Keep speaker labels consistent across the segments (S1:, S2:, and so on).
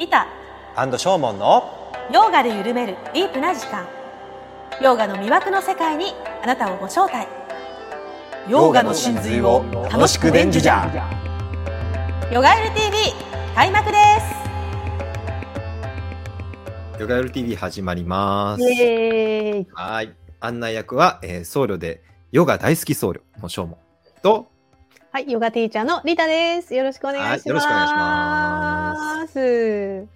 S1: 板
S2: アンドショーモンの
S1: ヨガで緩めるディープな時間ヨガの魅惑の世界にあなたをご招待
S2: ヨガの真髄を楽しく伝授じゃ
S1: ヨガエル TV 開幕で
S2: ヨガヨル TV 始まります
S1: すイエーイ
S2: はい案内役は、えー僧侶でヨガ大好き僧侶のショーモンと
S1: はい、ヨガティーチャーのリタですよろしくお願いします、
S2: はいよろしくお願いします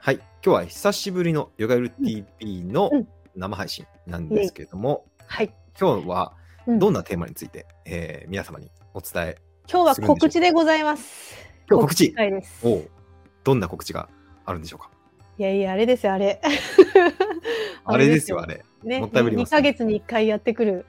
S2: はい今日は久しぶりのヨガヨル TV の
S1: うん生
S2: 生配信なんですけれども、
S1: はい、
S2: 今日はどんなテーマについて、えー皆様にお伝え
S1: 今日は告知でございます
S2: 今日告知
S1: したいです
S2: おうどんな告知があるんでしょうか
S1: いやいやあれですよあれ
S2: あれですよあれ
S1: ね、
S2: もったいぶりま
S1: 2
S2: すね
S1: ヶ月に1回やってくる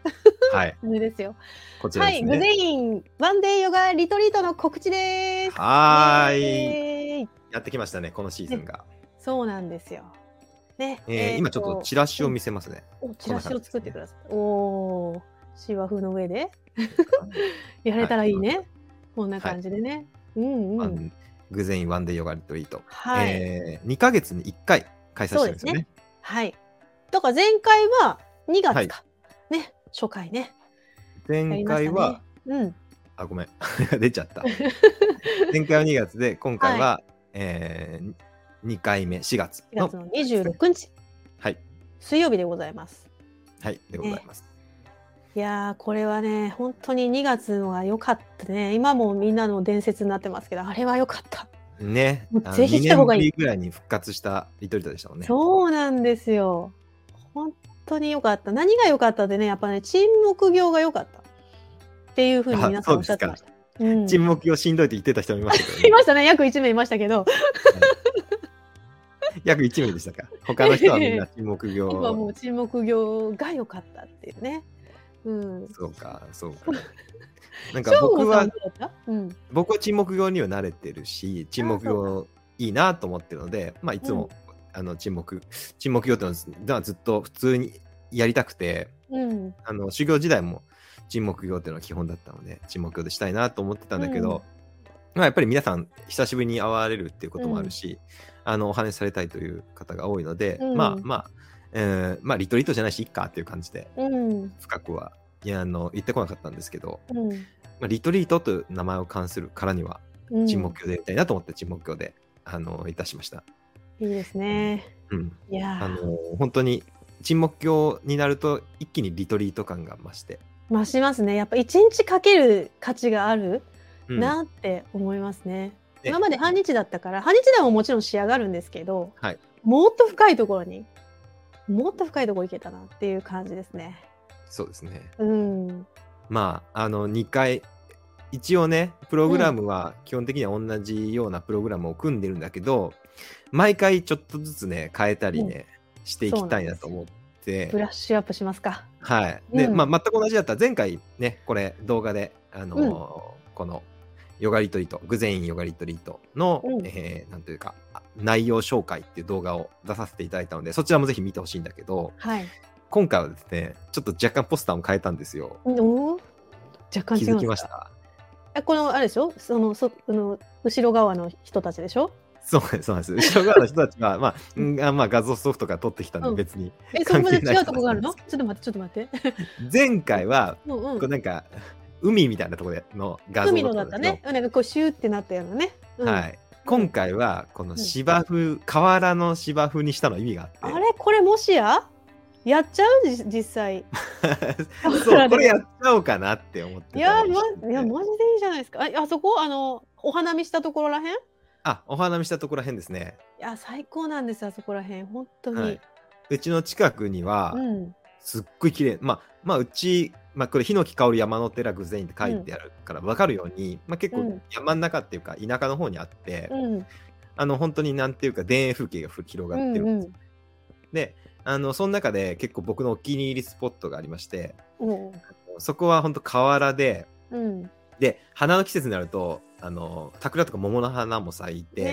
S2: はい
S1: あれですよ
S2: こちら
S1: は
S2: です
S1: い、グ
S2: ね
S1: ゼインワンデーヨガリトリートの告知です
S2: はーい
S1: イエーイ
S2: やってきましたねこのシーズンが、
S1: そうなんですよね、
S2: えー今ちょっとチラシを見せますね、
S1: おチラシを作ってください。おー、シワ風の上でやれたらいいね。こんな感じでね。うんう
S2: ワ
S1: ん。
S2: ン偶然ワンデーヨガリトリート、
S1: はい、
S2: えー、2ヶ月に1回開催してるんですよね
S1: はい。だから前回は2月か。ね、初回ね。
S2: 前
S1: や
S2: 回は、
S1: りましたね、
S2: あごめん 出ちゃった 前回は2月で今回は、え2回目4月
S1: うん。4
S2: の
S1: 月の26日、
S2: はい
S1: 水曜日でございます。
S2: はいでございます、
S1: いやーこれはね本当に2月のが良かったね今もみんなの伝説になってますけどあれは良かった、
S2: ね
S1: もう
S2: あの
S1: ぜひ来た方がいい
S2: 2年ぶりぐらいに復活したリトリートでしたもんね
S1: そうなんですよ本当に良かった何が良かったでねやっぱね沈黙業が良かったっていうふうに皆さんおっしゃってましたうん
S2: 沈黙をしんどいって言ってた人もいましたけ ど、
S1: い
S2: ね、
S1: ましたね約1名いましたけど
S2: 約1名でしたか他の人はみんな沈黙業
S1: 今もう沈黙業が良かったっていうねうん
S2: そうかそう かなん
S1: ショ
S2: か
S1: ー
S2: 僕
S1: ゴさんど
S2: は
S1: うだったうん
S2: 僕は沈黙業には慣れてるし沈黙業いいなと思ってるのでまあいつも、あの沈黙沈黙業ってのはずずっと普通にやりたくて
S1: うん
S2: あの修行時代も沈黙業っていうのは基本だったので沈黙業でしたいなと思ってたんだけど、まあ、やっぱり皆さん久しぶりに会われるっていうこともあるし、あのお話しされたいという方が多いので、
S1: うん
S2: まあまあ、えーまあリトリートじゃないしいっかっていう感じで
S1: うん
S2: 深くはいやあの言ってこなかったんですけど、
S1: うん
S2: まあ、リトリートという名前を冠するからには
S1: うん
S2: 沈黙教でやりたいなと思って沈黙教で、あのいたしました。
S1: いいですね
S2: うん、
S1: いやー
S2: あの本当に沈黙教になると一気にリトリート感が増して、
S1: 増しますねやっぱ一日かける価値がある
S2: うん
S1: なって思いますね、
S2: ね
S1: 今まで半日だったから半日でももちろん仕上がるんですけど、
S2: はい
S1: もっと深いところにもっと深いところ行けたなっていう感じですね
S2: そうですね。
S1: うん
S2: まああの2回一応ねプログラムは基本的には同じようなプログラムを組んでるんだけど、毎回ちょっとずつね変えたりね、していきたいなと思って
S1: ブラッシュアップしますか
S2: はい。で、
S1: うん
S2: まあ、全く同じだった。前回ね、これ動画で、あのーこの、ヨガリトリート、グゼインヨガリトリートの、
S1: うん
S2: えーなんというか、あ内容紹介っていう動画を出させていただいたので、そちらもぜひ見てほしいんだけど、
S1: はい
S2: 今回はですね、ちょっと若干ポスターを変えたんですよ。
S1: おー若干
S2: 気
S1: 違うん
S2: づ
S1: で
S2: き
S1: す
S2: まし
S1: かえ
S2: た。
S1: このあれでしょそのそあの後ろ側の人たちでしょ
S2: そうなんです、そうなんです。後ろ側の人たちは、まあ、うんあまあ、画像ソフトから撮ってきたん
S1: う
S2: で、
S1: ん
S2: 別に。
S1: えそれまで
S2: 関係ない
S1: 違うとこがあるのちょっと待ってちょっと待って
S2: 前回は、
S1: うん
S2: こ
S1: う
S2: うんなんか、海みたいなところの画像
S1: 海のだった
S2: んですけど
S1: ねなんかこうシューってなったようなね、うん
S2: はい。今回は、この芝生、河原の芝生にしたのは意味があって。
S1: あれこれもしややっちゃうじ実際
S2: そう、これやっちゃおうかなって思ってた
S1: いや
S2: りして
S1: まいやマジでいいじゃないですかああそこあのお花見したところらへんい
S2: あ、お花見したところらへんですね。
S1: や最高なんですあそこらへん本当に、
S2: はい。うちの近くには
S1: う、ん
S2: すっごい綺麗。まあ、まあ、うち、まあ、これ、ヒノキ香る山の寺具前って書いてあるから分かるように、まあ、結
S1: うん
S2: 構山の中っていうか、田舎の方にあって、
S1: うん
S2: あの、本当になんていうか、田園風景が広
S1: う
S2: がってるん
S1: ん
S2: ですよ
S1: うん
S2: で、あの、その中で結構僕のお気に入りスポットがありまして、
S1: おう
S2: そこは本当河原で、
S1: うん
S2: で花の季節になるとあの桜とか桃の花も咲いて、
S1: ね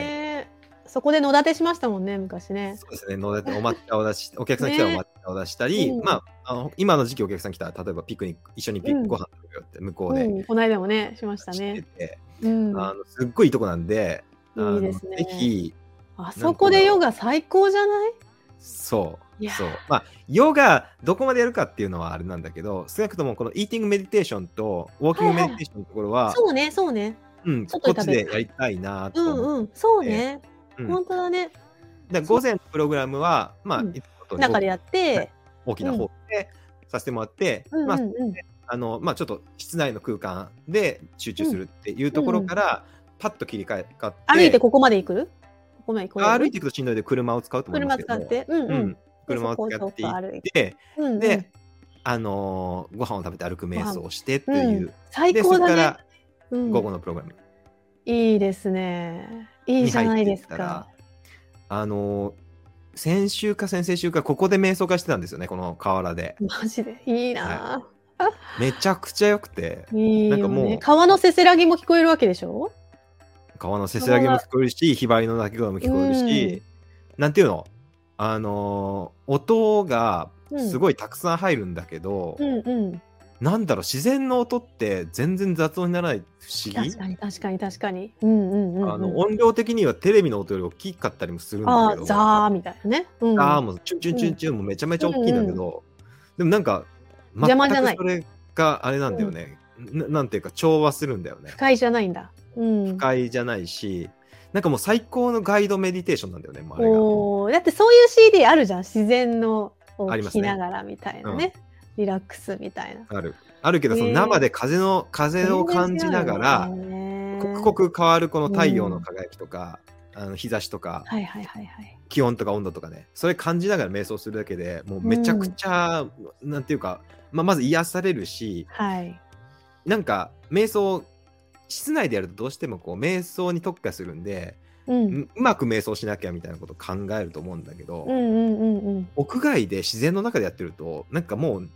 S1: えそこで野立てしましたもんね昔ね
S2: そうですね野立てお抹茶を出しお客さん来たらお抹茶を出したり、
S1: うん
S2: まああの今の時期お客さん来たら例えばピクニック一緒にピク
S1: うん
S2: ご飯食べようって向こう
S1: う
S2: で
S1: ん、この間もねしました
S2: して
S1: ね
S2: て、
S1: うん
S2: あのすっごいいいとこなんであの
S1: いいですね
S2: ぜひ
S1: あそこでヨガ最高じゃない
S2: そう。
S1: いやー
S2: そう。まあ、ヨガ、どこまでやるかっていうのはあれなんだけど、少なくともこのイーティングメディテーションとウォーキングメディテーションのところは、
S1: そうねそうね
S2: うん、こ
S1: 外
S2: っ
S1: で
S2: ち
S1: 食べる
S2: でやりたいな
S1: う
S2: と思う。
S1: んうんそうね、
S2: うん
S1: 本当だね
S2: だから午前のプログラムは、まあ、
S1: うん
S2: いつもと
S1: 中でやって、
S2: はい大きな方でさせてもらって、
S1: うんうん
S2: まあ、
S1: うん
S2: あの、まあ、ちょっと室内の空間で集中するっていうところから、パッと切り替えかって、
S1: 歩いてここまで行くごめんここま
S2: 歩
S1: で
S2: い
S1: 行く
S2: ていくとしんどいので車を使うと思いま
S1: 車
S2: すけど
S1: 使ってうん
S2: う
S1: うん、
S2: ん、車を使って
S1: そ
S2: い
S1: こそこ歩い
S2: って、
S1: うんうん
S2: であのーご飯を食べて歩く瞑想をしてって
S1: う
S2: い
S1: ん
S2: う、、
S1: 最
S2: でそこ
S1: 高だ
S2: から
S1: ね、うん
S2: 午後のプログラム
S1: いいですねいい
S2: に
S1: じゃない
S2: 入って
S1: で
S2: っ
S1: すか
S2: た、
S1: ら
S2: あのー先週か先々週かここで瞑想化してたんですよねこの河原で
S1: マジでいいな、
S2: めちゃくちゃ良くて
S1: い、い
S2: なん
S1: よ
S2: かも
S1: ね
S2: う
S1: 川のせせらぎも聞こえるわけでしょ
S2: 川のせせらぎも聞こえるしひばりの鳴き声も聞こえるし、なんていうのあのー音がすごいたくさん入るんだけど、
S1: うんうん
S2: なんだろう自然の音って全然雑音にならない不思議
S1: 確かに確かに確かにうんうんうんうん、
S2: あの音量的にはテレビの音より大きかったりもするんだ
S1: あ
S2: けど
S1: ーザーみたいなね、うん、
S2: あーもうチュンチュンチュンチュンもめちゃめちゃ大きいんだけど、でもなんか
S1: 邪魔じゃない
S2: 全くそれがあれなんだよね、ななんていうか調和するんだよね
S1: 不快じゃないんだ、うん、
S2: 不快じゃないしなんかもう最高のガイドメディテーションなんだよねもうあれが
S1: おおーだってそういう CD あるじゃん自然のを
S2: ありま
S1: 聞
S2: す
S1: き
S2: ね
S1: ながらみたいなねリラックスみたいな。
S2: あるあるけどその
S1: ね
S2: 生で風の風を感じながら、刻
S1: 刻
S2: 々変わるこの太陽の輝きとか、あの日差しとか
S1: はいはいはいはい。
S2: 気温とか温度とかねそれ感じながら瞑想するだけでもうめちゃくちゃ、なんていうか、まあ、まず癒されるし
S1: はい。
S2: なんか瞑想室内でやるとどうしてもこう瞑想に特化するんで、
S1: う。
S2: うんうまく瞑想しなきゃみたいなことを考えると思うんだけど、
S1: うんうんうんうん。
S2: 屋外で自然の中でやってるとなんかもう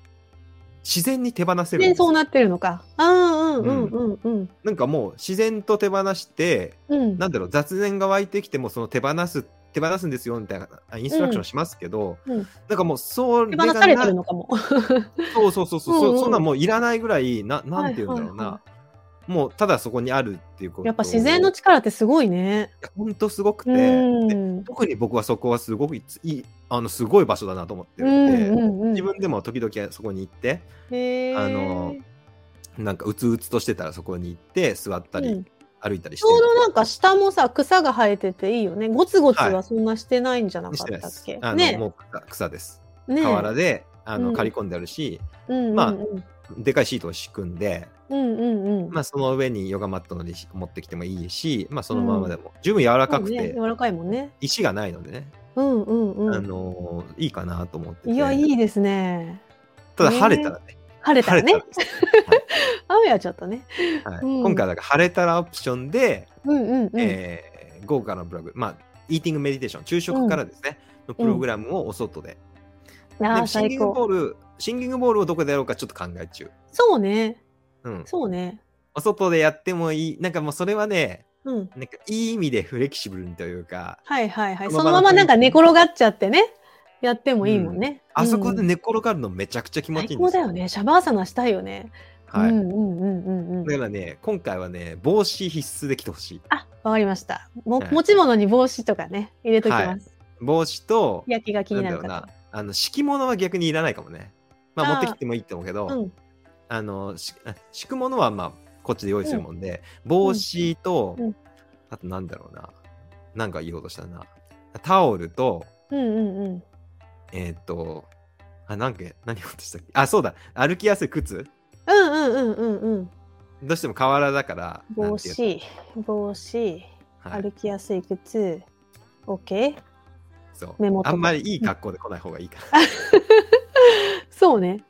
S2: 自然に手放せるん
S1: で
S2: です
S1: そう
S2: よ
S1: なってるのか。あーうんうんうんうん
S2: なんかもう自然と手放して
S1: うん。うん。
S2: なんだろう雑念が湧いてきてもその手放す手放すんですよみたいなあインストラクションしますけど、
S1: うん
S2: なんかもうそれ
S1: 手
S2: が
S1: 放
S2: な
S1: されてるのかも。
S2: そうそうそうそう、
S1: うんうん
S2: そそんなんもういらないぐらいななんて言うんだろうな、
S1: はいは
S2: もうただそこにあるっていうこと
S1: やっぱ自然の力ってすごいね。
S2: 本当すごくて、
S1: う
S2: で
S1: ん。
S2: 特に僕はそこはすごくいついいあのすごい場所だなと思って
S1: う
S2: る
S1: ん
S2: んで、
S1: うんうん。
S2: 自分でも時々そこに行って
S1: へー
S2: あのなんかうつうつとしてたらそこに行って座ったり、
S1: うん
S2: 歩いたりし
S1: ち
S2: て
S1: ょうどなんか下もさ草が生えてていいよね。ゴツゴツはそんなしてないんじゃなかっ
S2: してない
S1: た
S2: で
S1: っ
S2: す
S1: け。
S2: あの、
S1: ね
S2: もう草草です
S1: ね
S2: 河原であの、
S1: うん
S2: 刈り込んであるし
S1: うんうんうん
S2: まあでかいシートを敷くんで、
S1: うんうんうん。
S2: まあ、その上にヨガマットのり持ってきてもいいし、まあ、そのままでも十分柔らかく
S1: そう
S2: て
S1: ね、柔らかいもんね。
S2: 石がないのでね、
S1: うんうんうん。
S2: あのーいいかなと思ってて
S1: いやいいですね。
S2: ただ晴れたらね、
S1: 晴れたら
S2: 晴れ
S1: ね
S2: たら。です
S1: 雨はちょっとね。
S2: はい
S1: うん
S2: 今回はだから晴れたらオプションで、
S1: うんうんうん。
S2: えー午後からのブログまあイーティングメディテーション昼食からですね、のプログラムをお外で,、
S1: あ
S2: で
S1: あ
S2: もシンギ
S1: 最
S2: ングボ
S1: 高。
S2: ールシンギングボールをどこでやろうかちょっと考え中、
S1: そうね。
S2: うん、
S1: そうね。
S2: お外でやってもいいなんかもうそれはね
S1: うん。
S2: なんかいい意味でフレキシブルにというか
S1: はいはいはい。そ
S2: その
S1: の
S2: 場
S1: ま
S2: の
S1: まなんか寝転がっちゃってね。やってもいいもんね。
S2: あそこで
S1: うん
S2: 寝転がるのめちゃくちゃ気持ちい
S1: 最
S2: いんで
S1: 高
S2: す
S1: だよね。シャバーサナしたいよね。
S2: は
S1: う
S2: い。
S1: んうんうんうんう
S2: だ
S1: ん。
S2: からね、今回はね、帽子必須で来てほしい。
S1: あ、わかりました。も
S2: はい
S1: 持ち物に帽子とかね、入れときます。
S2: 帽子と、
S1: 焼きが気
S2: な
S1: にな
S2: んだろ
S1: る
S2: う
S1: か
S2: な
S1: ら。、
S2: あの、敷物は逆にいらないかもね。まあ、
S1: あー
S2: 持ってきてもいいと思うけど、あ,、
S1: うん。
S2: の、しあ敷くものはまあ、こっちで用意するもんで、帽子と、
S1: うん
S2: あとなんだろうな、なんか言おうとしたな。タオルと、
S1: うんうんうん。
S2: えーっと、あ、なんか、何言おうとしたっけあ、そうだ、歩きやすい靴
S1: うんうんうんうんうん。
S2: どうしても河原だから、
S1: 帽
S2: なんていう
S1: 子、帽子、
S2: の、はい
S1: 歩きやすい靴、OK?
S2: そう
S1: 目元とか
S2: あんまりいい格好で来ない方がいいから。
S1: そうね。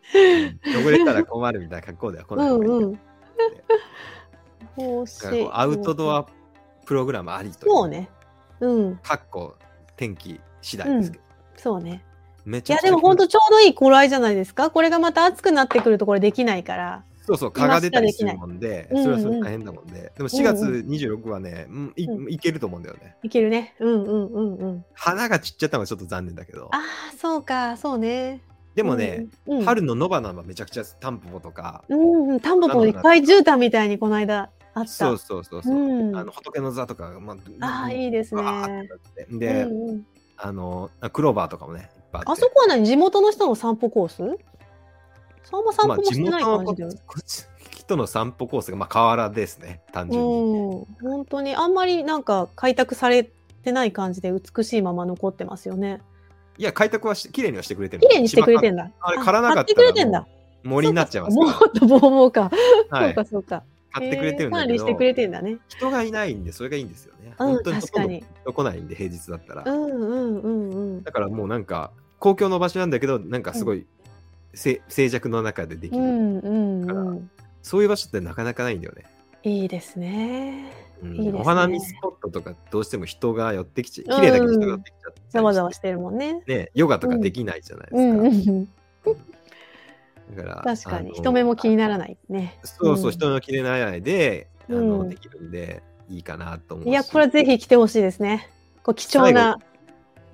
S2: うん汚れたら困るみたいな格好では来
S1: う
S2: ない
S1: ん
S2: 方がいいか
S1: う。
S2: ら
S1: ん。 帽
S2: だからこ
S1: 子
S2: う。アウトドアプログラムありという。
S1: そう。ね。うん、
S2: かっこ天気次第ですけど。
S1: そうね。
S2: めち
S1: い
S2: ゃ
S1: や、
S2: くちゃ。
S1: でも本当ちょうどいい頃合いじゃないですか。これがまた暑くなってくるとこれできないから。
S2: そうそう、蚊が出たりするもんで、
S1: 今し
S2: そ
S1: か
S2: れ
S1: できな
S2: はいそれで大変だもんで。でも4月26はね、うんい
S1: うん
S2: いけると思うんだよね。
S1: いけるね。うんうんうんうん。
S2: 花が散っちゃったのがちょっと残念だけど
S1: あ。あ、そうか、そうね。
S2: でもね、
S1: うん、うん、
S2: 春の野花はめちゃくちゃタンポポとか、
S1: うんうん、タンポポいっぱい絨毯みたいにこの間あった。
S2: そうそうそうそう、
S1: うん
S2: あの仏の座とか、ま
S1: ああ、いいですね。
S2: わーってなっててで、
S1: うんうん
S2: あのクローバーとかもねいっぱいあっ
S1: あ
S2: て
S1: そこは何地元の人の散歩コースそんま散歩もしてない感じで。
S2: まあ地元のこっち人の散歩コースが、まあ、河原ですね単
S1: う
S2: 純に、
S1: ん、本当にあんまりなんか開拓されてない感じで美しいまま残ってますよね。
S2: いや開拓はし綺麗にはしてくれてる
S1: 綺麗にしてくれて
S2: る
S1: んだ。
S2: あれ刈らなか
S1: 買
S2: っ
S1: って
S2: た
S1: くれ
S2: ら
S1: てん
S2: も
S1: だ。
S2: う森になっちゃいます
S1: も
S2: か
S1: っとボーボーか。
S2: ら、はい
S1: そう、かそうか。
S2: 買ってくれてるん
S1: えー
S2: だ
S1: 管
S2: け
S1: 理して
S2: ど
S1: く、れてんだね。
S2: 人がいないんでそれがいいんですよね、
S1: うん
S2: 本当に
S1: 確かに
S2: 人来ないんで平日だったら、
S1: うんうんうんうん。
S2: だからもうなんか公共の場所なんだけどなんかすごい、せ静寂の中ででき
S1: う
S2: る、
S1: んうんうん。
S2: そういう場所ってなかなかないんだよね。
S1: いいですね。
S2: う
S1: い
S2: ん
S1: いですね
S2: お花見スポットとかどうしても人が寄ってきちゃ綺麗だけど人が寄ってきちゃって、
S1: ざわざわしてるもんね。
S2: ね、ヨガとかできないじゃないで
S1: うんうんう
S2: す
S1: ん。
S2: か。だから
S1: 確か
S2: あ
S1: に
S2: の
S1: 人目も気にならないね。
S2: そうそう、
S1: うん
S2: 人の気にならないで、あ
S1: う
S2: の
S1: ん
S2: できるんでいいかなと思うし
S1: いやこれはぜひ来てほしいですね。こう貴重な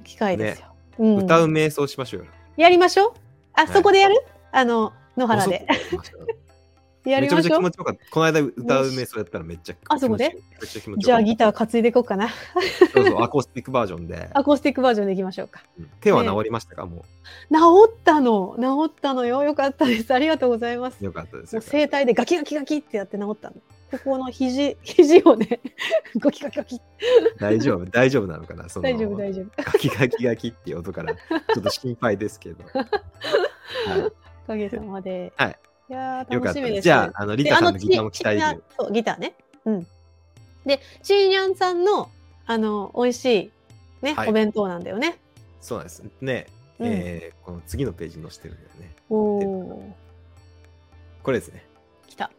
S1: 機会ですよ。うん
S2: 歌う瞑想しましょうよ。
S1: やりましょう。あ、
S2: い
S1: そこでやる？あの野原で
S2: 遅くやりま
S1: やりま
S2: しょうめちゃめち
S1: し
S2: ゃ
S1: ょ
S2: 気持
S1: う。
S2: ちよかった。この間歌う瞑想やったらめっちゃ
S1: あそこで
S2: 気持ちよめちゃくちゃ気持ち
S1: じ
S2: よ
S1: ゃ
S2: か
S1: あ
S2: った
S1: ギター担いでいこうかな。
S2: そうそうアコースティックバージョンで。
S1: アコースティックバージョンでいきましょうか。
S2: うん手は治りましたか、も
S1: 治ったの、治ったのよ。よかったです。ありがとうございます
S2: う。。よかったです
S1: も
S2: よ
S1: う。整体でガキガキガキってやって治ったの。ここの肘 肘をね、ガキガキガキ。
S2: 大丈夫、大丈夫なのかなその
S1: 大丈夫大丈夫。
S2: ガキガキガキっていう音から、ちょっと心配で すけど。は
S1: おかげさまで。
S2: はい。
S1: いや
S2: い、
S1: ー
S2: よ
S1: 楽
S2: かっ
S1: したみ
S2: で。
S1: ですす。
S2: じゃあ、あのリタさんのギターも期
S1: チ
S2: 待
S1: チーニャ
S2: で
S1: ン。そうギターね。うん。で、チーニャンさんのあの美味しいね、
S2: はい
S1: お弁当なんだよね。
S2: そうなんです。ね、
S1: うん
S2: えーこの次のページに載せてるんだよね。
S1: おお、
S2: これですね。
S1: 来た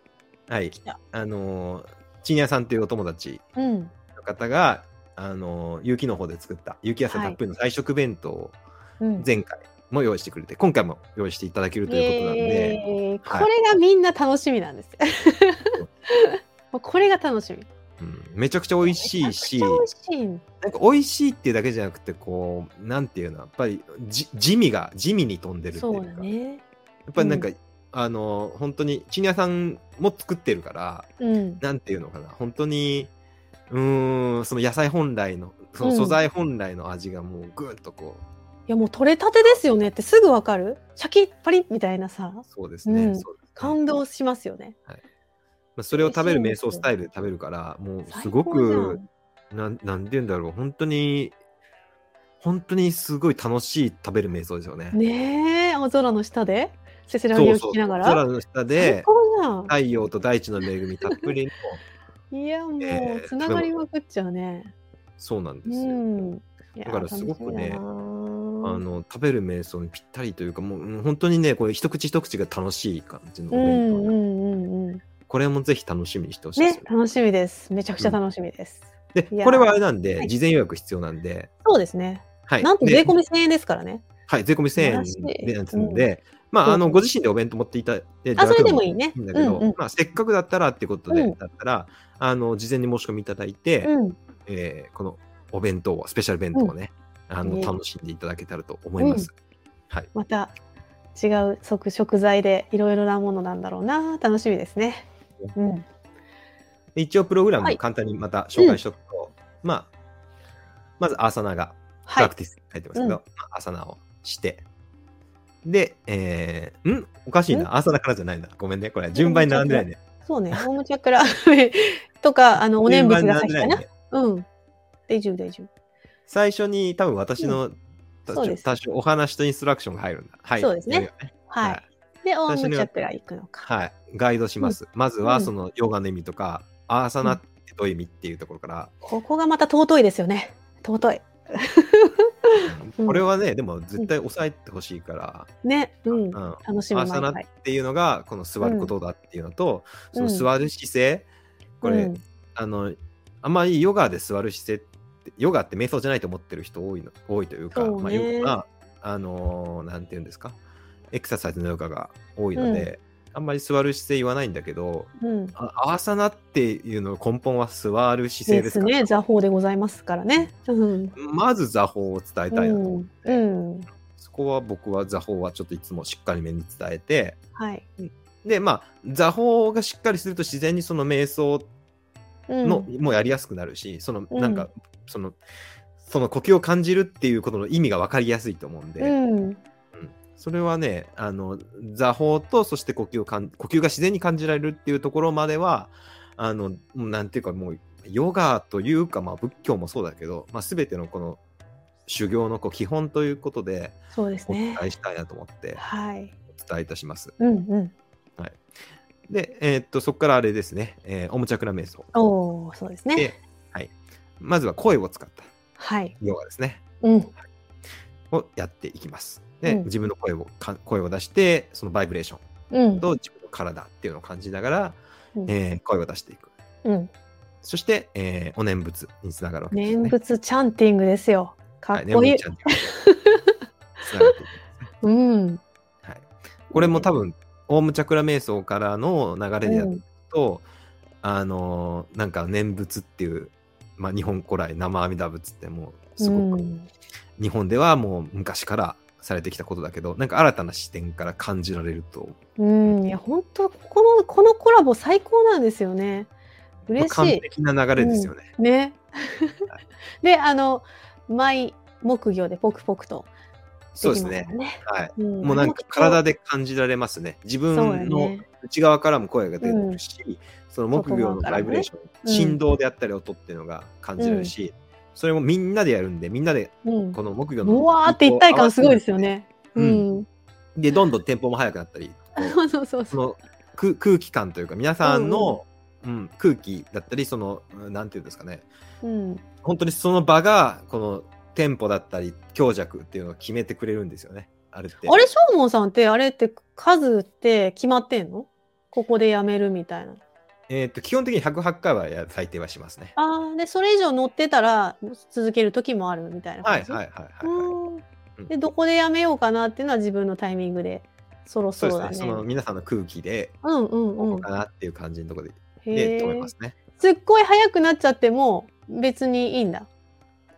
S2: はい
S1: 来。た。
S2: あのー、チーニャさんというお友達
S1: うん。
S2: の方が、あのー、雪の方で作った雪野菜たっぷりの菜食弁当を
S1: うん。
S2: 前回も用意してくれて、今回も用意していただけるということなんで、
S1: えー
S2: はい
S1: これがみんな楽しみなんです。 もうこれが楽しみ。
S2: うんめちゃくちゃ美味しいし、
S1: めちゃくちゃ美味しい。
S2: なんか美味しいっていうだけじゃなくてこうなんていうのやっぱりじ地味が地味に飛んでるってい
S1: そうう
S2: か
S1: だね。
S2: やっぱりなんか、あの本当にチニアさんも作ってるから
S1: うん。
S2: なんていうのかな本当にうーんその野菜本来のその素材本来の味がもうぐんとこう、
S1: いやもう取れたてですよねってすぐわかる。シャキッパリッみたいなさ、
S2: そうです
S1: うん
S2: ね,、そうですね
S1: 感動しますよね。
S2: まあそれを食べる瞑想スタイルで食べるからもうすご
S1: 最高
S2: くなんなんて言うんだろう本当に本当にすごい楽しい食べる瞑想ですよね。
S1: じゃんねえ、青空の下でせせらぎ
S2: そ
S1: を
S2: うそ
S1: 聞
S2: う
S1: きながら。
S2: 空の下
S1: 最
S2: で
S1: 高じゃん。
S2: 太陽と大地の恵みたっぷりの
S1: いやも
S2: えー
S1: うつながりまくっちゃうね。
S2: そうなんで
S1: う
S2: すよ、
S1: ん。いや
S2: だからすごくね
S1: 楽しみだな
S2: あの食べる瞑想にぴったりというかもううん本当にねこれ一口一口が楽しい感じのお
S1: う
S2: 弁当
S1: ん
S2: な
S1: うん
S2: で
S1: んうんうん。
S2: これもぜひ楽しみにしてほしいです
S1: ね
S2: よ、
S1: 楽しみです。めちゃくちゃ楽しみです。
S2: で
S1: いやー
S2: これはあれなん
S1: は
S2: で
S1: い
S2: 事前予約必要なんで、
S1: そうですね。
S2: はい、
S1: なんと
S2: で
S1: 税込み1000円ですからね。
S2: はい、税込み1000
S1: 素晴らしい
S2: 円でなんで、まああのご自身でお弁当持っていただいて
S1: あ、それでもいいね。
S2: いいんだ
S1: う
S2: けど、
S1: んうん
S2: まあ、せっかくだったらってことで、
S1: うん
S2: だったらあの事前に申し込みいただいて、
S1: うん。
S2: えーこのお弁当をスペシャル弁当をね、あの
S1: ね
S2: 楽しんでいただけたらと思います。はい、
S1: また違う食食材でいろいろなものなんだろうな。楽しみですね。うん。
S2: で一応プログラ
S1: は
S2: ム
S1: い
S2: 簡単にまた紹介しとくと、まあまずアーサナがプ
S1: は
S2: ラ
S1: い
S2: ク。ティスって書いてますけど、
S1: うん
S2: まあアーサナをしてで、えー、んおかしい
S1: ん
S2: なアーサナからじゃないなごめんねこれ順番に並んでないね
S1: そうね。ホームチャクラ とか、あの、お念
S2: 順
S1: 仏
S2: 番に
S1: が
S2: 並
S1: 先
S2: んでな
S1: か
S2: い
S1: な。
S2: ね
S1: うん。大丈夫、大丈夫。
S2: 最初に多分私の、多
S1: そう
S2: 少
S1: です
S2: 多少お話とインストラクションが入るんだはい
S1: そうですね
S2: やるよ
S1: は
S2: はい
S1: い。で、オウム
S2: 私
S1: チ
S2: の
S1: ャクラ行くのか。
S2: はい、ガイドします。まず
S1: う
S2: は
S1: ん
S2: そのヨガの意味とか、アーサナってどういう意味っていうところから、
S1: ここがまた尊いですよね。尊い。うん
S2: これはね、でも絶対押さえてほしいから、
S1: ね。うん
S2: う。んア
S1: 楽しみ
S2: ーサナ
S1: 毎
S2: っ
S1: 回。
S2: ていうのがこの座ることだっていうのと、
S1: うん
S2: その座る姿勢、これ、
S1: うん
S2: あのあんまりヨガで座る姿勢ってヨガって瞑想じゃないと思ってる人多いの多いというか
S1: そうね
S2: まあ、ヨガはあのーなんていうんですかエクササイズのヨガが多いので、あんまり座る姿勢言わないんだけど
S1: うん。
S2: あアーサナっていうの根本は座る姿勢
S1: で
S2: です
S1: す
S2: から
S1: ね。座法でございますからね。うん。
S2: まず座法を伝え
S1: う
S2: たいなと、
S1: ん。うん。
S2: そこは僕は座法はちょっといつもしっかりめに伝えて
S1: はい。
S2: でまあ座法がしっかりすると自然にその瞑想
S1: うん
S2: の、もやりやすくなるしその
S1: うん
S2: なんか、そのその呼吸を感じるっていうことの意味が分かりやすいと思うんで、
S1: うん、
S2: うんそれはねあの座法とそして呼吸をかん呼吸が自然に感じられるっていうところまではあのもうなんていうかもうヨガというか、まあ、仏教もそうだけど、まあ、全てのこの修行のこう基本ということで
S1: そうです
S2: お伝
S1: ね。
S2: えしたいなと思って
S1: はい。
S2: お伝えいたします。
S1: うんうん。
S2: で、えーっとそこからあれですね、えーオムチャクラ瞑想。
S1: おお、そうですね。
S2: でまずは声を使った
S1: はい。
S2: ヨガですね。
S1: うん。
S2: をやっていきます。で、
S1: うん
S2: 自分の声をか声を出してそのバイブレーショ
S1: うん
S2: ン。と自分の体っていうのを感じながら、
S1: うん
S2: えー声を出していく。
S1: うん。
S2: そして、えーお念仏につながるわけです、ね。
S1: 念仏チャンティングですよ。か
S2: は
S1: っ
S2: い
S1: こいい。
S2: 念仏ちゃんとつながっていきます
S1: う
S2: ね
S1: ん。
S2: はい、これも多分オウムチャクラ瞑想からの流れでやると、あのーなんか念仏っていう、まあ、日本古来生阿弥陀仏ってもうすご
S1: う
S2: く
S1: ん
S2: 日本ではもう昔からされてきたことだけどなんか新たな視点から感じられると
S1: うん、いや本当ここのこのコラボ最高なんですよね。
S2: まあ
S1: 嬉
S2: 完
S1: し
S2: 璧な流れですよね。
S1: い。ね。 で、あの毎木魚でポクポクと
S2: そ
S1: で
S2: う
S1: き
S2: です
S1: ます
S2: ね
S1: よ。ね。
S2: はい。
S1: ん
S2: もうなんか体で感じられますね。自分
S1: そうや
S2: の
S1: ね
S2: 内側からも声が出るし、その木魚のバイブレーション、
S1: うん
S2: 振動であったり音っていうのが感じられるし、それもみんなでやるんで、みんなで
S1: うん。
S2: この木魚の
S1: うわーって一体感すごいですよ。ね。
S2: う
S1: うんん。
S2: で、どんどんテンポも速く なったり、こ
S1: そうそうそう
S2: うその空空気感というか、皆さんの、うん空気だったり、その、うんなんていうんですかね、
S1: うん。
S2: 本当にその場が、このテンポだったり、強弱っていうのを決めてくれるんですよね、あれって。
S1: あれ、ショーモンさんってあれって数って決まってんのここでやめるみたいな。
S2: えーっと、基本的に108回はや最低はしますね。
S1: ああ、で、それ以上乗ってたら続ける時もあるみたいな
S2: は
S1: 感
S2: い
S1: じ。。
S2: はいいはいは
S1: うん、で、どこでやめようかなっていうのは自分のタイミングで、そろ
S2: い。そ
S1: そうろ
S2: で
S1: だ
S2: す
S1: ね。
S2: ね。その皆さんの空気で、
S1: うんうんうん
S2: か。なっていう感じのところで
S1: へ
S2: で止め
S1: え
S2: ま。すね。
S1: すっごい速くなっちゃっても別にいいんだ。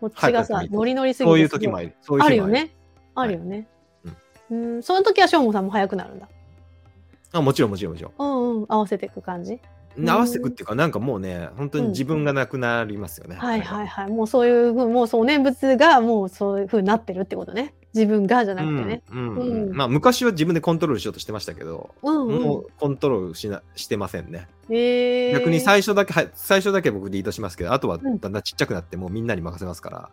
S1: こっちがさ、
S2: はい
S1: ノリノリすぎて
S2: そういう時もある。そういう
S1: ある
S2: 日も
S1: よ
S2: ある。
S1: ね。あるよね。
S2: はい
S1: うん、その時はショーモンさんも速くなるんだ。
S2: あもちろんもちろんもちろ
S1: うんうん、合わせていく感じ。
S2: ん。合わせていくっていうか、なんかもうね、本当に
S1: うん
S2: 自分がなくなりますよね。
S1: はいはい
S2: い。
S1: はい。もうそういうふう、もうそう、念仏がもうそういうふうになってるってことね。自分がじゃ
S2: う
S1: なくて
S2: ん
S1: ね。
S2: うんうん
S1: うん
S2: まあ昔は自分でコントロールしようとしてましたけど、
S1: うん、うん、
S2: もうコントロールしなしてませんね。
S1: えー、
S2: 逆に最初だけ、はい最初だけ僕リードしますけど、あとはだ
S1: ん
S2: んだんちっちゃくなって、もうみんなに任せますから。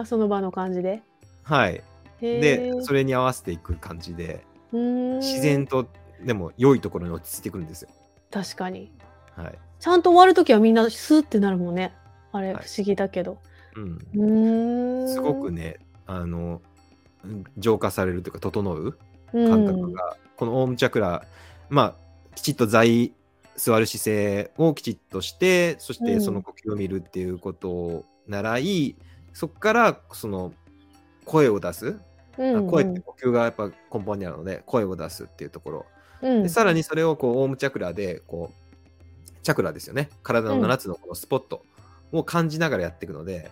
S1: あその場の感じで。
S2: はい。
S1: へー
S2: で、それに合わせていく感じで、
S1: うーん
S2: 自然と、でも良いところに落ち着いてくるんですよ。
S1: 確かに。
S2: はい。
S1: ちゃんと終わる時はみんなスーってなるもんね。あれ、
S2: はい
S1: 不思議だけど。
S2: うん。
S1: うーん。
S2: すごくね、あの、うん浄化されるというか、整う
S1: うん
S2: 感覚が、このオウムチャクラ、まあ、きちっと座位、座る姿勢をきちっとして、そし
S1: う
S2: て
S1: ん
S2: その呼吸を見るっていうことを習い、そこから、その、声を出す、
S1: うん
S2: あ
S1: うん、
S2: 声って呼吸がやっぱ根本にあるので、声を出すっていうところ。
S1: うん、
S2: でさらにそれをこうオウムチャクラでこうチャクラですよね体の
S1: うん
S2: 7つのこのスポットを感じながらやっていくので、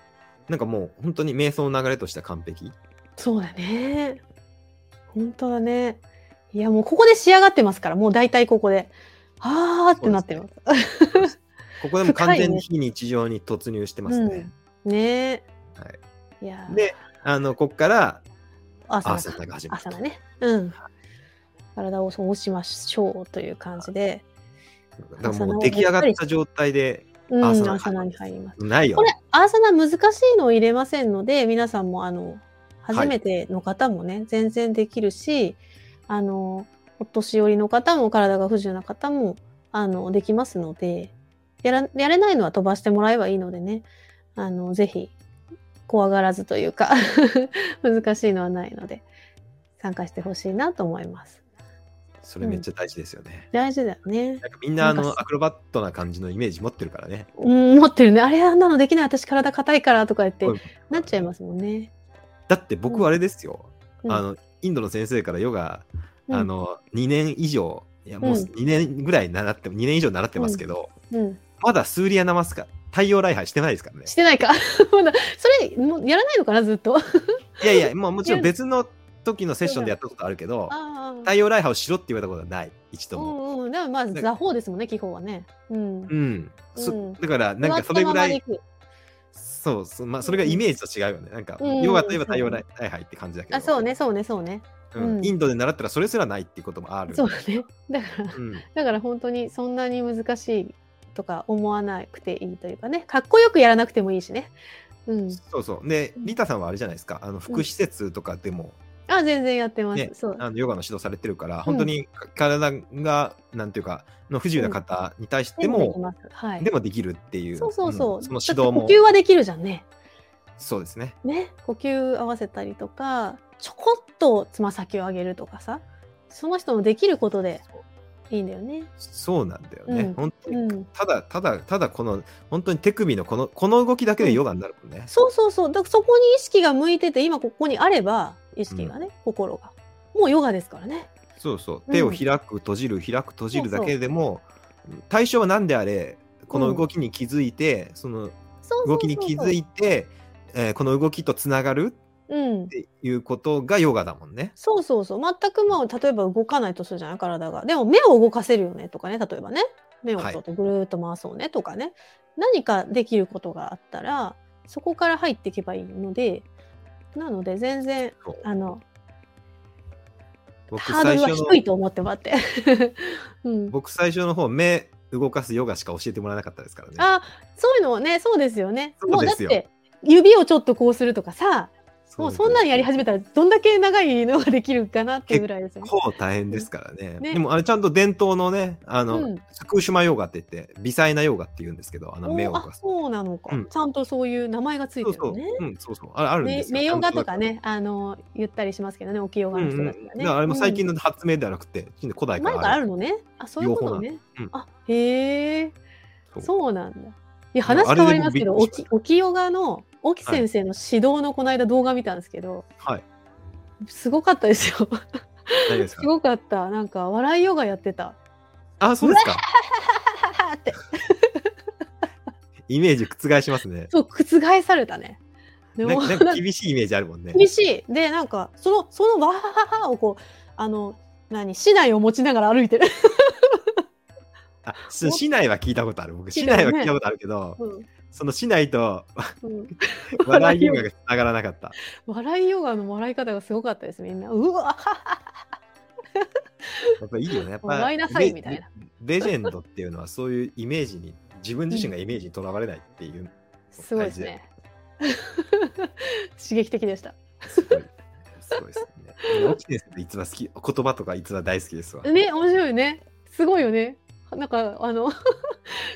S2: なんかもう本当に瞑想の流れとしては完璧
S1: そうだね。本当だね。いやもうここで仕上がってますから、もう大体ここで。あーってなってます。
S2: ここでも完全に非日常に突入してますね
S1: うん、ね
S2: は
S1: え。いやー
S2: であのこっから
S1: 朝
S2: アー
S1: だ
S2: サナが始まる
S1: 朝だね。うん。体をそうしましょうという感じで。
S2: だからもう出来上がった状態で
S1: うん、
S2: アー
S1: ア
S2: サ
S1: ー
S2: ナ
S1: サナに入ります。
S2: ないよ
S1: こ
S2: ね
S1: れ、アーサナ難しいのを入れませんので、皆さんも、あの、初めての方もね、全然できるし、あの、お年寄りの方も、体が不自由な方も、あの、できますので、やら、やれないのは飛ばしてもらえばいいのでね、あの、ぜひ、怖がらずというか、 難しいのはないので、参加してほしいなと思います。
S2: それめっちゃ大事ですよね、
S1: 大事だよね。
S2: なんかみんなあ
S1: なん
S2: の
S1: か
S2: アクロバットな感じのイメージ持ってるからね
S1: うん、持ってるね。あれ、あんなのできない。私体硬いからとか言って
S2: こういう、
S1: なっちゃいますもんね。
S2: だって僕はあれですよ、
S1: うん
S2: あのインドの先生からヨガ
S1: うん
S2: あ、の2年以上いやもう
S1: うん
S2: 2年ぐらい習って、2年以上習ってますけど、
S1: うん。
S2: まだスーリアナマスカ太陽礼拝してないですからね
S1: してないか。まだそれもうやらないのかなずっと。
S2: いやいやもうもちろん別の時のセッションでやったことあるけど、
S1: ああ
S2: 太陽礼拝をしろって言われたことはない、一度
S1: う
S2: も。
S1: んうん。でもまあ、座法ですもんね、基本はね。うん
S2: う。ん。そ
S1: うん
S2: だから、なんかそれぐらい、
S1: 座ったままで行く
S2: そうそう、まあ、それがイメージと違うよね。なんか、
S1: うん
S2: ヨガといえば太陽礼拝って感じだけど、
S1: あ、そうね、そうね、そうね。
S2: うん
S1: うん
S2: インドで習ったらそれすらないっていうこともある。
S1: そうね。だから、
S2: うん
S1: だから本当にそんなに難しいとか思わなくていいというかね、かっこよくやらなくてもいいしね。うん。
S2: そうそう。で、リタさんはあれじゃないですか、あの福祉施設とかでも、
S1: あ、全然やってます。
S2: ね
S1: そう。
S2: あのヨガの指導されてるから、本当にか体が、なんていうか、の不自由な方に対して
S1: でき
S2: も、
S1: ますはい。
S2: でもできるっていう、
S1: そうそうそう。
S2: んその指導
S1: だっ
S2: も
S1: て、呼吸はできるじゃんね。
S2: そうですね。
S1: ね、呼吸合わせたりとか、ちょこっとつま先を上げるとかさ、その人のできることでいいんだよね。
S2: そうなんだよね。
S1: うん
S2: 本当に、
S1: うん。
S2: ただ、ただ、ただ、この、本当に手首のこの、この動きだけでヨガになるもんね。
S1: そうそうそう。だからそこに意識が向いてて、今ここにあれば、意識がね、心が。もうヨガですからね。
S2: そうそうう。
S1: ん
S2: 手を開く、閉じる、開く、閉じるだけでも、対象は何であれ、この動きに気づいて、そ
S1: そ
S2: の
S1: うそうそうそう
S2: 動きに気づいて、えーこの動きとつながる
S1: うん
S2: っ。ていうことがヨガだもんね。
S1: そうそうそう。全くまあ、例えば動かないとするじゃない体が。でも目を動かせるよねとかね、例えばね。目をちょっとぐるーっと回そうねとかね。何かできることがあったら、そこから入っていけばいいので、なので全然、
S2: そう
S1: あの、
S2: 僕
S1: ハードルは低
S2: の
S1: いと思ってもらって。 うん、
S2: 僕最初の方目動かすヨガしか教えてもらえなかったですからね。
S1: あそういうのはね、そうですよね。
S2: そうですよ
S1: もうだって、指をちょっとこうするとかさ、
S2: そう
S1: もう
S2: です
S1: そんなんやり始めたら、どんだけ長いのができるかなっていうぐらいですよね。
S2: こう大変ですからね。
S1: ね
S2: でもあれちゃんと伝統のね、あの、
S1: うん
S2: スクーシュマヨガって言って、微細なヨガって言うんですけど、あの目を
S1: お
S2: 動
S1: あ
S2: かす。
S1: そうなのか、
S2: うん
S1: ちゃんとそういう名前がつい
S2: そう
S1: て
S2: そ
S1: る
S2: う、
S1: ね。
S2: うん、そうそう、あれあるんで
S1: め
S2: すよ。
S1: 名ヨガとか
S2: ね。
S1: ね、あの言ったりしますけどね、沖ヨ
S2: う
S1: ガ
S2: ん
S1: の
S2: う
S1: 人
S2: ん、
S1: た
S2: だ
S1: ち
S2: か
S1: がね。
S2: らあれも最近
S1: の、
S2: の発明ではなくて、古代か
S1: 前
S2: ら
S1: から
S2: あ
S1: あ
S2: る。
S1: るのね。あ、そういうことね。
S2: 両方なのうん
S1: あ、へえ、そうなんだ。いや、
S2: でも
S1: 話変わりますけど、
S2: あれでもびっくりし
S1: 沖
S2: ま
S1: 沖ヨガの沖先生の指導のこの間動画見たんですけど、
S2: はい。
S1: すごかったですよ。
S2: 何です
S1: す
S2: か
S1: ごかった。なんか笑いヨガやってた。
S2: あ、そうですか。
S1: はははって、
S2: イメージ覆しますね。
S1: そう覆されたね。で
S2: なん
S1: も
S2: かなんか厳しいイメージあるもんね。
S1: 厳しい。で、なんか、その、そのわはははをこう、あの、何、市内を持ちながら歩いてる。
S2: あ、そう市内は聞いたことある。僕、
S1: 聞い
S2: 市
S1: たよね
S2: 内は聞いたことあるけど、
S1: うん
S2: その市 内と
S1: うん
S2: 笑いヨガがつながらなかった。
S1: 笑いヨガの笑い方がすごかったですみんなうわ
S2: やっぱいいよね。やっぱ
S1: 笑いなさいみたいな
S2: レ。レジェンドっていうのはそういうイメージに、自分自身がイメージにとらわれないっていう、
S1: すごいですね 刺激的でした
S2: すごい。すごいですね。沖先生って逸話好き、言葉とか逸話大好きですわ。
S1: ね面白いねすごいよねなんかあの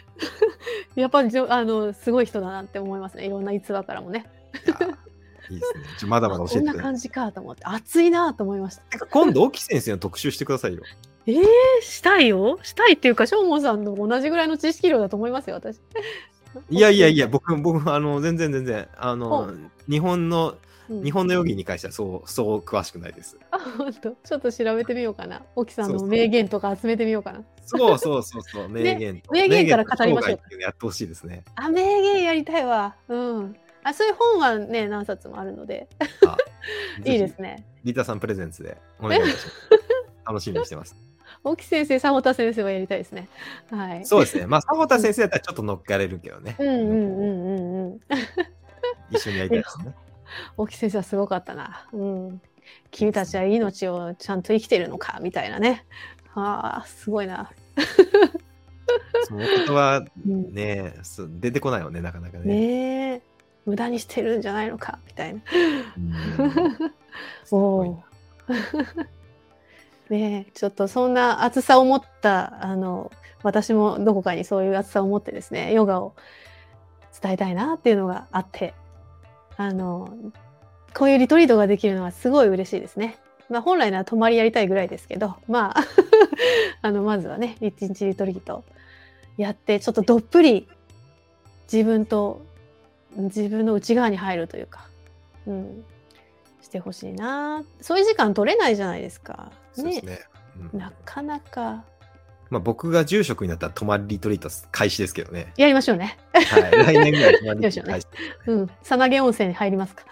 S1: やっぱりじょあのすごい人だなって思いますねいろんな逸話からもね
S2: いやいいですね。ちょまだまだ教
S1: こ
S2: え
S1: ん
S2: て
S1: な
S2: ください。
S1: 感じかと思って熱いなと思いました
S2: てか今度、沖先生の特集してくださいよ。
S1: えー、したいよしたいっていうかしょうもんさんと同じぐらいの知識量だと思いますよ私
S2: いやいやいや、僕、僕、あの、全然全然、あ
S1: う
S2: の、日本の、
S1: うん
S2: 日本のヨギに関してはそう、そう詳しくないです。
S1: あ本当ちょっと調べてみようかな沖さん
S2: そう
S1: の
S2: そう
S1: 名言とか集めてみようかな
S2: そうそうそうそう、名言と。
S1: 名言から語りましょう
S2: 名言と生涯っていうのやってほしいですね。
S1: あ名言やりたいわ。うん。あそういう本はね何冊もあるので
S2: あ
S1: いいで
S2: ぜ
S1: すね。
S2: ひリタさんプレゼンツで お願いいたします。楽しみにしてます。
S1: 沖先生、佐保田先生はやりたいですね。はい。
S2: そうですね。まあ、迫田先生だったらちょっと乗っかれるけどね。
S1: うんうんうんうんうん。
S2: 一緒にやりたいですね。
S1: 沖先生はすごかったな。うん。君たちは命をちゃんと生きてるのかみたいなね。ああすごいな。
S2: その言葉
S1: うん、
S2: ね、そう出てこないよね、なかなかね。
S1: ねえ無駄にしてるんじゃないのかみたいな。
S2: うん
S1: おおー。 ねえちょっとそんな熱さを持ったあの私もどこかにそういう熱さを持ってですねヨガを伝えたいなっていうのがあってあのこういうリトリートができるのはすごい嬉しいですね。まあ、本来なら泊まりやりたいぐらいですけど、まあ、 あのまずはね一日リトリートやってちょっとどっぷり自分と自分の内側に入るというか、うん、してほしいなそういう時間取れないじゃないですか。
S2: そうで
S1: ね
S2: すね。うん
S1: なかなか
S2: まあ、僕が住職になったら泊まりリトリート開始ですけどね。
S1: やりましょうね。
S2: はい、来年ぐらい泊まりリトリート開始。
S1: うん、さなげ温泉に入りますか。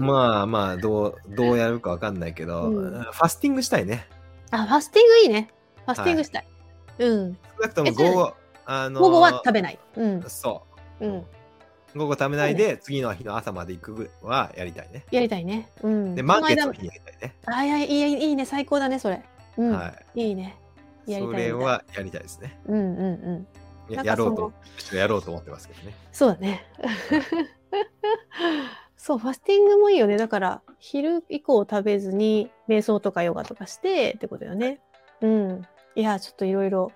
S2: まあまあどうどうやるかわかんないけど、
S1: うん
S2: ファスティングしたいね
S1: あ、ファスティングいいね。ファスティングしたい。うん。
S2: 少なくとも
S1: えそれ
S2: 午後あのー
S1: 午後は食べない。うん。
S2: そ
S1: うん。
S2: う午後食べないで、次の日の朝まで行くぐはやりたいね
S1: やりたいね。うん。
S2: で
S1: こ
S2: 満
S1: の
S2: 月
S1: 間
S2: の
S1: も
S2: 日にやりたいね、
S1: あいやいいいいいいね。最高だね、それ。うん。、
S2: はい
S1: いね。
S2: い
S1: やりたい
S2: それはやりたいですね
S1: うんうんうん。
S2: や
S1: なんか
S2: やろう
S1: そ
S2: と
S1: の
S2: ちょっとやろうと思ってますけどね
S1: そうだね。 そう、ファスティングもいいよね。だから、昼以降食べずに、瞑想とかヨガとかしてってことよね。うん。いや、ちょっといろいろ、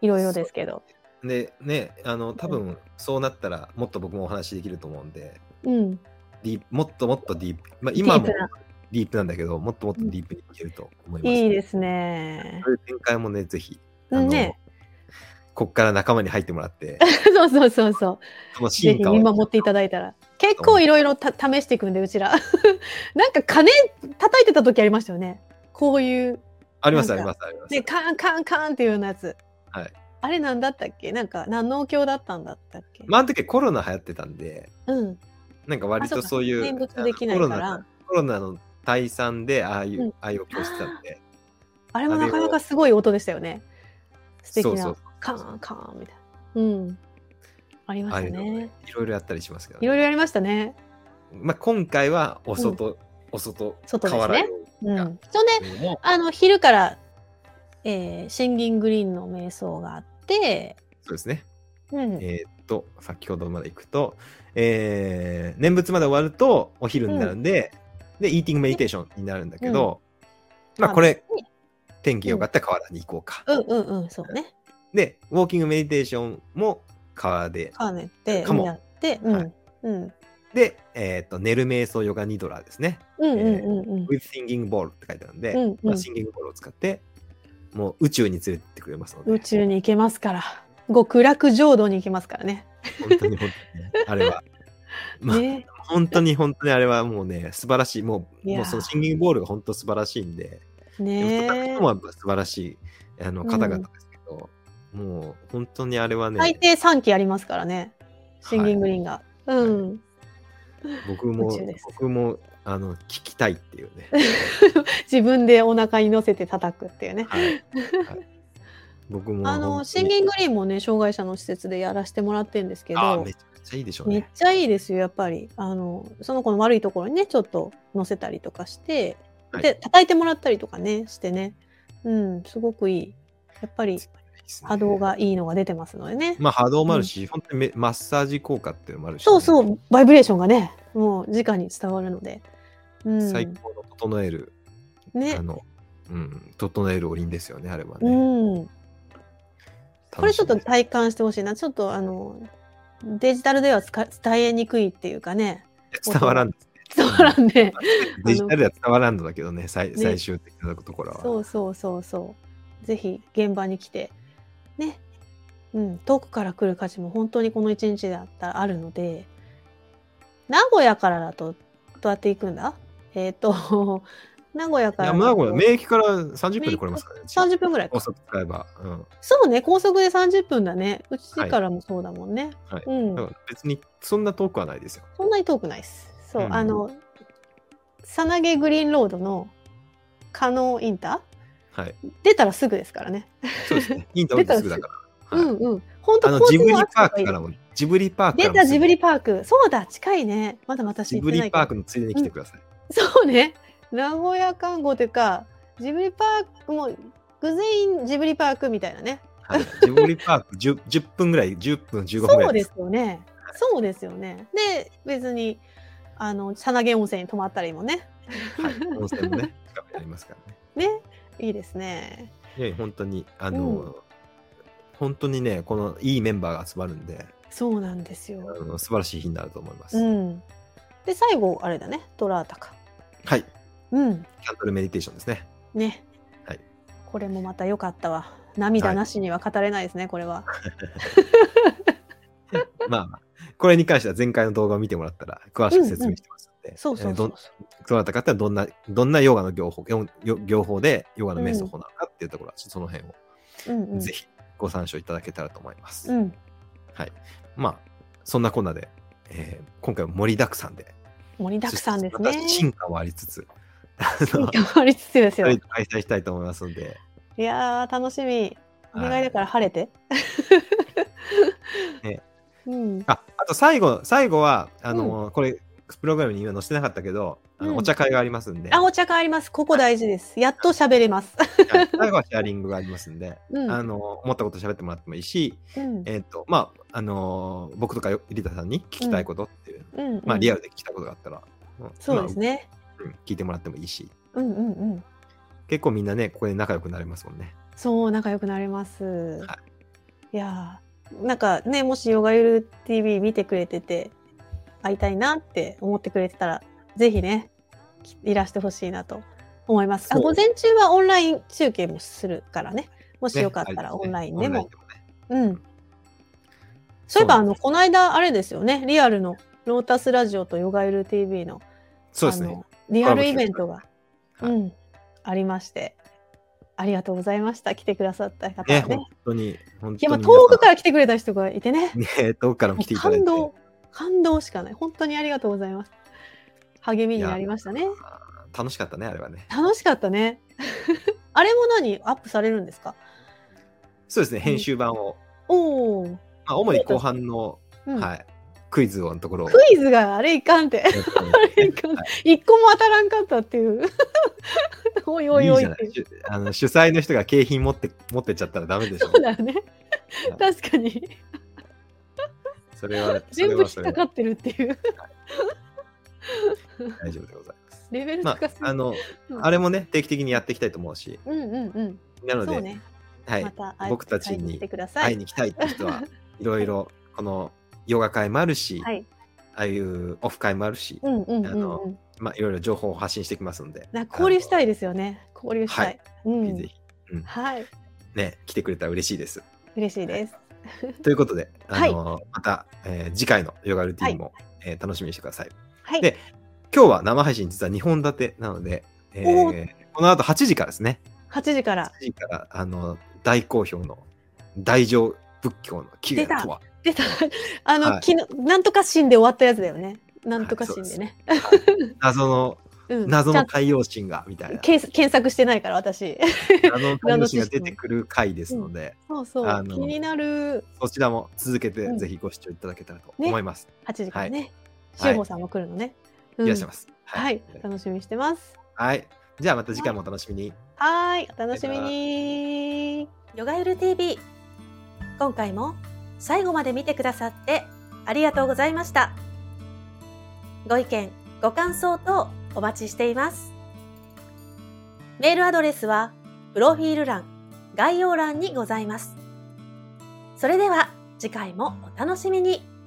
S1: いろいろですけど。
S2: でねあの多分そうなったらもっと僕もお話できると思うんで
S1: うん。
S2: ディープもっともっとディープ、まあ、今も
S1: ディープな
S2: ディープなんだけどもっともっとディープにいけると思います、
S1: いいですね
S2: そ。ういう展開もねぜひあ
S1: う
S2: の
S1: んね。
S2: こっから仲間に入ってもらって
S1: そうそうそうそう。
S2: その
S1: ぜ
S2: 進
S1: ひ
S2: 化を
S1: 見守っていただいたら。結構いろいろた試していくんで、うちら。 なんか鐘叩いてた時ありましたよね。こういう、
S2: ありますあ
S1: なん
S2: り
S1: か
S2: ますあります、
S1: ね、カンカンカンっていうようなやつ。
S2: はい
S1: あれなんだったっけなんか、何のお経だったんだったっけ、
S2: まああの時コロナ流行ってたんで
S1: うん。
S2: なんか割
S1: あそう
S2: と
S1: か
S2: そういう
S1: 念
S2: あ
S1: 仏
S2: の
S1: でき
S2: コ
S1: ない
S2: ロ
S1: か
S2: ナ
S1: ら。
S2: コロナの退散でああいう、
S1: うん
S2: ああいう教室だって
S1: あれもなかなかすごい音でしたよね。素敵
S2: そうそ
S1: な
S2: う。
S1: カーンカーンみたいな。うん。ありま
S2: ああ
S1: し
S2: い
S1: た
S2: うのもね
S1: ね。
S2: いろいろやったりしますけど、
S1: いろいろやりましたね。
S2: まあ、今回はお外、お外
S1: 外ですね
S2: 変わらない
S1: うん。そ
S2: や
S1: んで、
S2: けども
S1: あの昼から、えー、シンギングリーンの瞑想があって、
S2: そうですね
S1: うん、
S2: えーっと、先ほどまで行くと、えー念仏まで終わるとお昼になるんで、で、イーティングメディテーションになるんだけど、まあこれ、天気良かったら河原に行こうか。
S1: うんうんうんそうね
S2: で、ウォーキングメディテーションも河原で、
S1: カーネって
S2: かも
S1: やって、うん
S2: はい
S1: うん
S2: で、えーっと、寝る瞑想ヨガニドラですね。
S1: うんうんうんうん
S2: with thinking ball って書いてあるんで、
S1: うんうん
S2: まあ、シンギングボールを使って、もう宇宙に連れてってくれますので、
S1: 宇宙に行けますから極楽浄土に行けますからね。
S2: 本当に本当 にね、あれは。まあ、
S1: ね
S2: 本当に本当にあれはもうね、素晴らしい。もう、
S1: いやー
S2: もうそのシンギングボールが本当素晴らしいんで、でも二
S1: ね
S2: 人ともやっぱ素晴らしいあの
S1: うん
S2: 方々ですけど、もう本当にあれはね、
S1: 最低三期ありますからねシンギングリーンが。うん、
S2: 僕も
S1: 宇宙です
S2: 僕もあの聞きたいっていう ね、
S1: 自分でお腹に乗せて叩くっていうね。
S2: はいはい僕も
S1: あ
S2: 本当
S1: の
S2: に
S1: シンギングリーンもね障害者の施設でやらせてもらってるんですけど
S2: あめちゃくちゃいいでしょう
S1: めっ
S2: ね。
S1: ちゃいいですよやっぱりあのその子の悪いところにねちょっと乗せたりとかして、
S2: はい
S1: で叩いてもらったりとかねしてねうんすごくいいやっぱり波動がいいのが出てますのでね、
S2: まあ波動もあるし、本当にめマッサージ効果っていうのもあるしね、
S1: そうそうバイブレーションがねもう直に伝わるので、うん、
S2: 最高の整える、
S1: ね
S2: あの、うん、整えるおりんですよね、あれはね。
S1: うんこれちょっと
S2: 楽しみです
S1: 体感してほしいなちょっとあのデジタルではつか伝えにくいっていうかね
S2: 伝わらん。
S1: 伝わらんね
S2: デジタルでは伝わらんのだけどね、最最終的なところは。
S1: そうそうそうそう。ぜひ現場に来て、ね。うん、遠くから来る価値も本当にこの一日だったらあるので、名古屋からだと、どうやって行くんだえっ、と、 名古屋からだと。
S2: 名古屋、名駅から30分で来れますからね。
S1: 30分ぐらい
S2: 高
S1: か。
S2: 速使えば。うん。
S1: そうね、高速で30分だね。うちからもそうだもんね。
S2: はい
S1: うん
S2: だから別にそんな遠くはないですよ。
S1: そんなに遠くないです。そう、
S2: うん
S1: あの、さなげグリーンロードの加納インタ
S2: はい。
S1: ー出たらすぐですからね。
S2: そうです ね。インターネットすぐだから。
S1: う
S2: はい
S1: んうん。本
S2: あ
S1: 当
S2: の、
S1: 交
S2: ジ
S1: 通
S2: ブリ
S1: のアクセス
S2: パー
S1: がい
S2: ク
S1: い
S2: からも、ジブリパークか
S1: 出
S2: らもす
S1: た
S2: ぐ
S1: ジブリパーク。そうだ、近いね。まだ私
S2: ジ
S1: 行っ
S2: ブ
S1: てな
S2: リ
S1: い
S2: パー
S1: け
S2: クのついでに来てください。
S1: ど。そうね。名古屋観光というか、ジブリパークも、偶然ジブリパークみたいなね。
S2: はい、ジブリパーク 10, 10分ぐらい、10分、15分ぐら
S1: そ
S2: いうで
S1: ですす。よね。そうですよね。で、別に、あの、さなげ温泉に泊まったりもね。
S2: はい、温泉もね、近くにありますからね。
S1: ね。いいですね。
S2: いやいや本当に、あの、本当にね、このいいメンバーが集まるんで、
S1: そうなんです
S2: あ
S1: よ。
S2: の素晴らしい日になると思います。
S1: うん。で、最後、あれだね。トラータか。
S2: はい、
S1: うん。
S2: キャンドルメディテーションですね。
S1: ね。
S2: はい
S1: これもまた良かったわ。涙なしには語れないですね、これは。
S2: まあまあ、これに関しては前回の動画を見てもらったら、詳しく説明してますので、
S1: そうそう
S2: えー
S1: そう
S2: ど。
S1: ん
S2: どなたかってのはどんな、どんなヨガの業法、よよ業法でヨガの瞑想法なのかっていうところは、ちょっとその辺を、
S1: うんうん
S2: ぜひご参照いただけたらと思います。
S1: うん、
S2: はい。まあ、そんなこんなで、えー今回も盛りだくさんで、
S1: 盛りだくさんです
S2: そしてま
S1: ね。
S2: た進化もありつつ、
S1: 進化もありつつですよ。
S2: 開
S1: い
S2: 催したいと思いますので、
S1: やー、楽しみ。お願いだから晴れて。
S2: ね
S1: うん。
S2: ああと最後、最後は、あの、これ、プログラムに今載せてなかったけど、あの
S1: うん
S2: お茶会がありますんで、
S1: あ、
S2: は
S1: お茶会あります。ここ大事です。やっと喋れます。
S2: い最後はシェアリングがありますんで、
S1: うん。
S2: あの、思ったこと喋ってもらってもいいし、
S1: うん
S2: えっ、と、まあ、あのー僕とかよリタさんに聞きたいことっていう、
S1: うん、
S2: まあ、リ
S1: ア
S2: アルで聞きたいことがあったら、ん
S1: そうですね。
S2: まあうん聞いてもらってもいいし、
S1: うんうんうん。
S2: 結構みんなね、ここで仲良くなれますもんね。
S1: そう、仲良くなれます。、
S2: はい
S1: やー、なんかね、もしヨガゆる TV 見てくれてて、会いたいなって思ってくれてたら、ぜひね、きいらしてほしいなと思います。あ
S2: そう
S1: 午前中はオンライン中継もするからね。もし
S2: ね
S1: よかった
S2: あ
S1: ら
S2: れ
S1: オ
S2: すね
S1: ンラインでも。
S2: ね
S1: うん。そういえば、
S2: そ
S1: あ
S2: うなん
S1: の、
S2: です
S1: この間、あれですよね、リアルのロータスラジオとヨガゆる TV の
S2: そうです
S1: あ
S2: ね
S1: の。リアルイベントが、
S2: コラボ企画
S1: うん、ありましてありがとうございました来てくださった方
S2: ね、
S1: ね
S2: 本当に、本
S1: いや
S2: 当
S1: まあ
S2: に。
S1: 遠くから来てくれた人がいてね
S2: ね、遠くからも来ていただい
S1: 感
S2: て。
S1: 動感動しかない本当にありがとうございます励みになりましたね
S2: 楽しかったね、あれはね。
S1: 楽しかったね あれも何アップされるんですか
S2: そうですね、編集版を。
S1: おお、
S2: まあ、主に後半の、
S1: うん
S2: はい、クイズのところを。
S1: クイズがあれいかんてあれいかん
S2: は
S1: 一個も当たらんかったっていう おいおい
S2: いい
S1: おい
S2: じゃ
S1: っ
S2: な
S1: てい
S2: いう主あの主催の人が景品持って持ってっちゃったらダメでしょ
S1: そうだよね
S2: はい
S1: 確かに
S2: それはそれ
S1: 全部
S2: は
S1: 引
S2: そ
S1: っ
S2: れ
S1: か
S2: は
S1: かってるっていう
S2: 大丈夫でございます。
S1: レベル
S2: ま
S1: 高
S2: あ
S1: す、ぎ
S2: あ
S1: る。
S2: の
S1: うん
S2: あれもね定期的にやっていきたいと思うし
S1: うんうんうん。
S2: なの
S1: そう
S2: で、
S1: ね。
S2: はい
S1: また会い
S2: 僕たちに
S1: 会い来てくださ
S2: 会い
S1: い。
S2: に来たいって人はいろいろこのヨガ会もあるし、
S1: はい。
S2: ああいうオフ会もあるし、
S1: うんうんう
S2: あ
S1: んうん
S2: の。まあいろいろ情報を発信してきますので
S1: な交流した
S2: い、
S1: いですよね。交流した。
S2: はい
S1: う
S2: あの
S1: ん
S2: ぜひぜひ
S1: はい。
S2: ね来てくれたら嬉しいです。
S1: 嬉しいです。
S2: ということで、あのまた、えー次回のヨガルーティーンも、えー楽しみにしてください。
S1: はい。
S2: で今日は生配信実は2本立てなので、えー
S1: お
S2: この後8時からですね
S1: 8時から
S2: 8時からあの大好評の大乗仏教の起源とは
S1: 出た。 あの
S2: はい
S1: 昨日なんとか神で終わったやつだよね。なんとか神でね。
S2: 謎の
S1: うん
S2: 謎
S1: ちゃ
S2: の
S1: ん
S2: 海洋神がみた いな
S1: 検検索してないから 私。
S2: 謎の海洋神が出てくる回ですので、
S1: そうそ
S2: あ
S1: う。
S2: の
S1: 気になる
S2: そちらも続けて
S1: うん
S2: ぜひご視聴いただけたらと
S1: ね
S2: 思います、
S1: 8時からね。
S2: は
S1: し
S2: い
S1: ほさんも来るのね。。
S2: いらっしゃいますす
S1: はい。楽しみにしてます。
S2: はいじゃあまた次回もお楽しみに
S1: はーい、お楽しみに。
S3: ヨガゆる TV 今回も最後まで見てくださってありがとうございましたご意見ご感想等お待ちしていますメールアドレスはプロフィール欄概要欄にございますそれでは次回もお楽しみに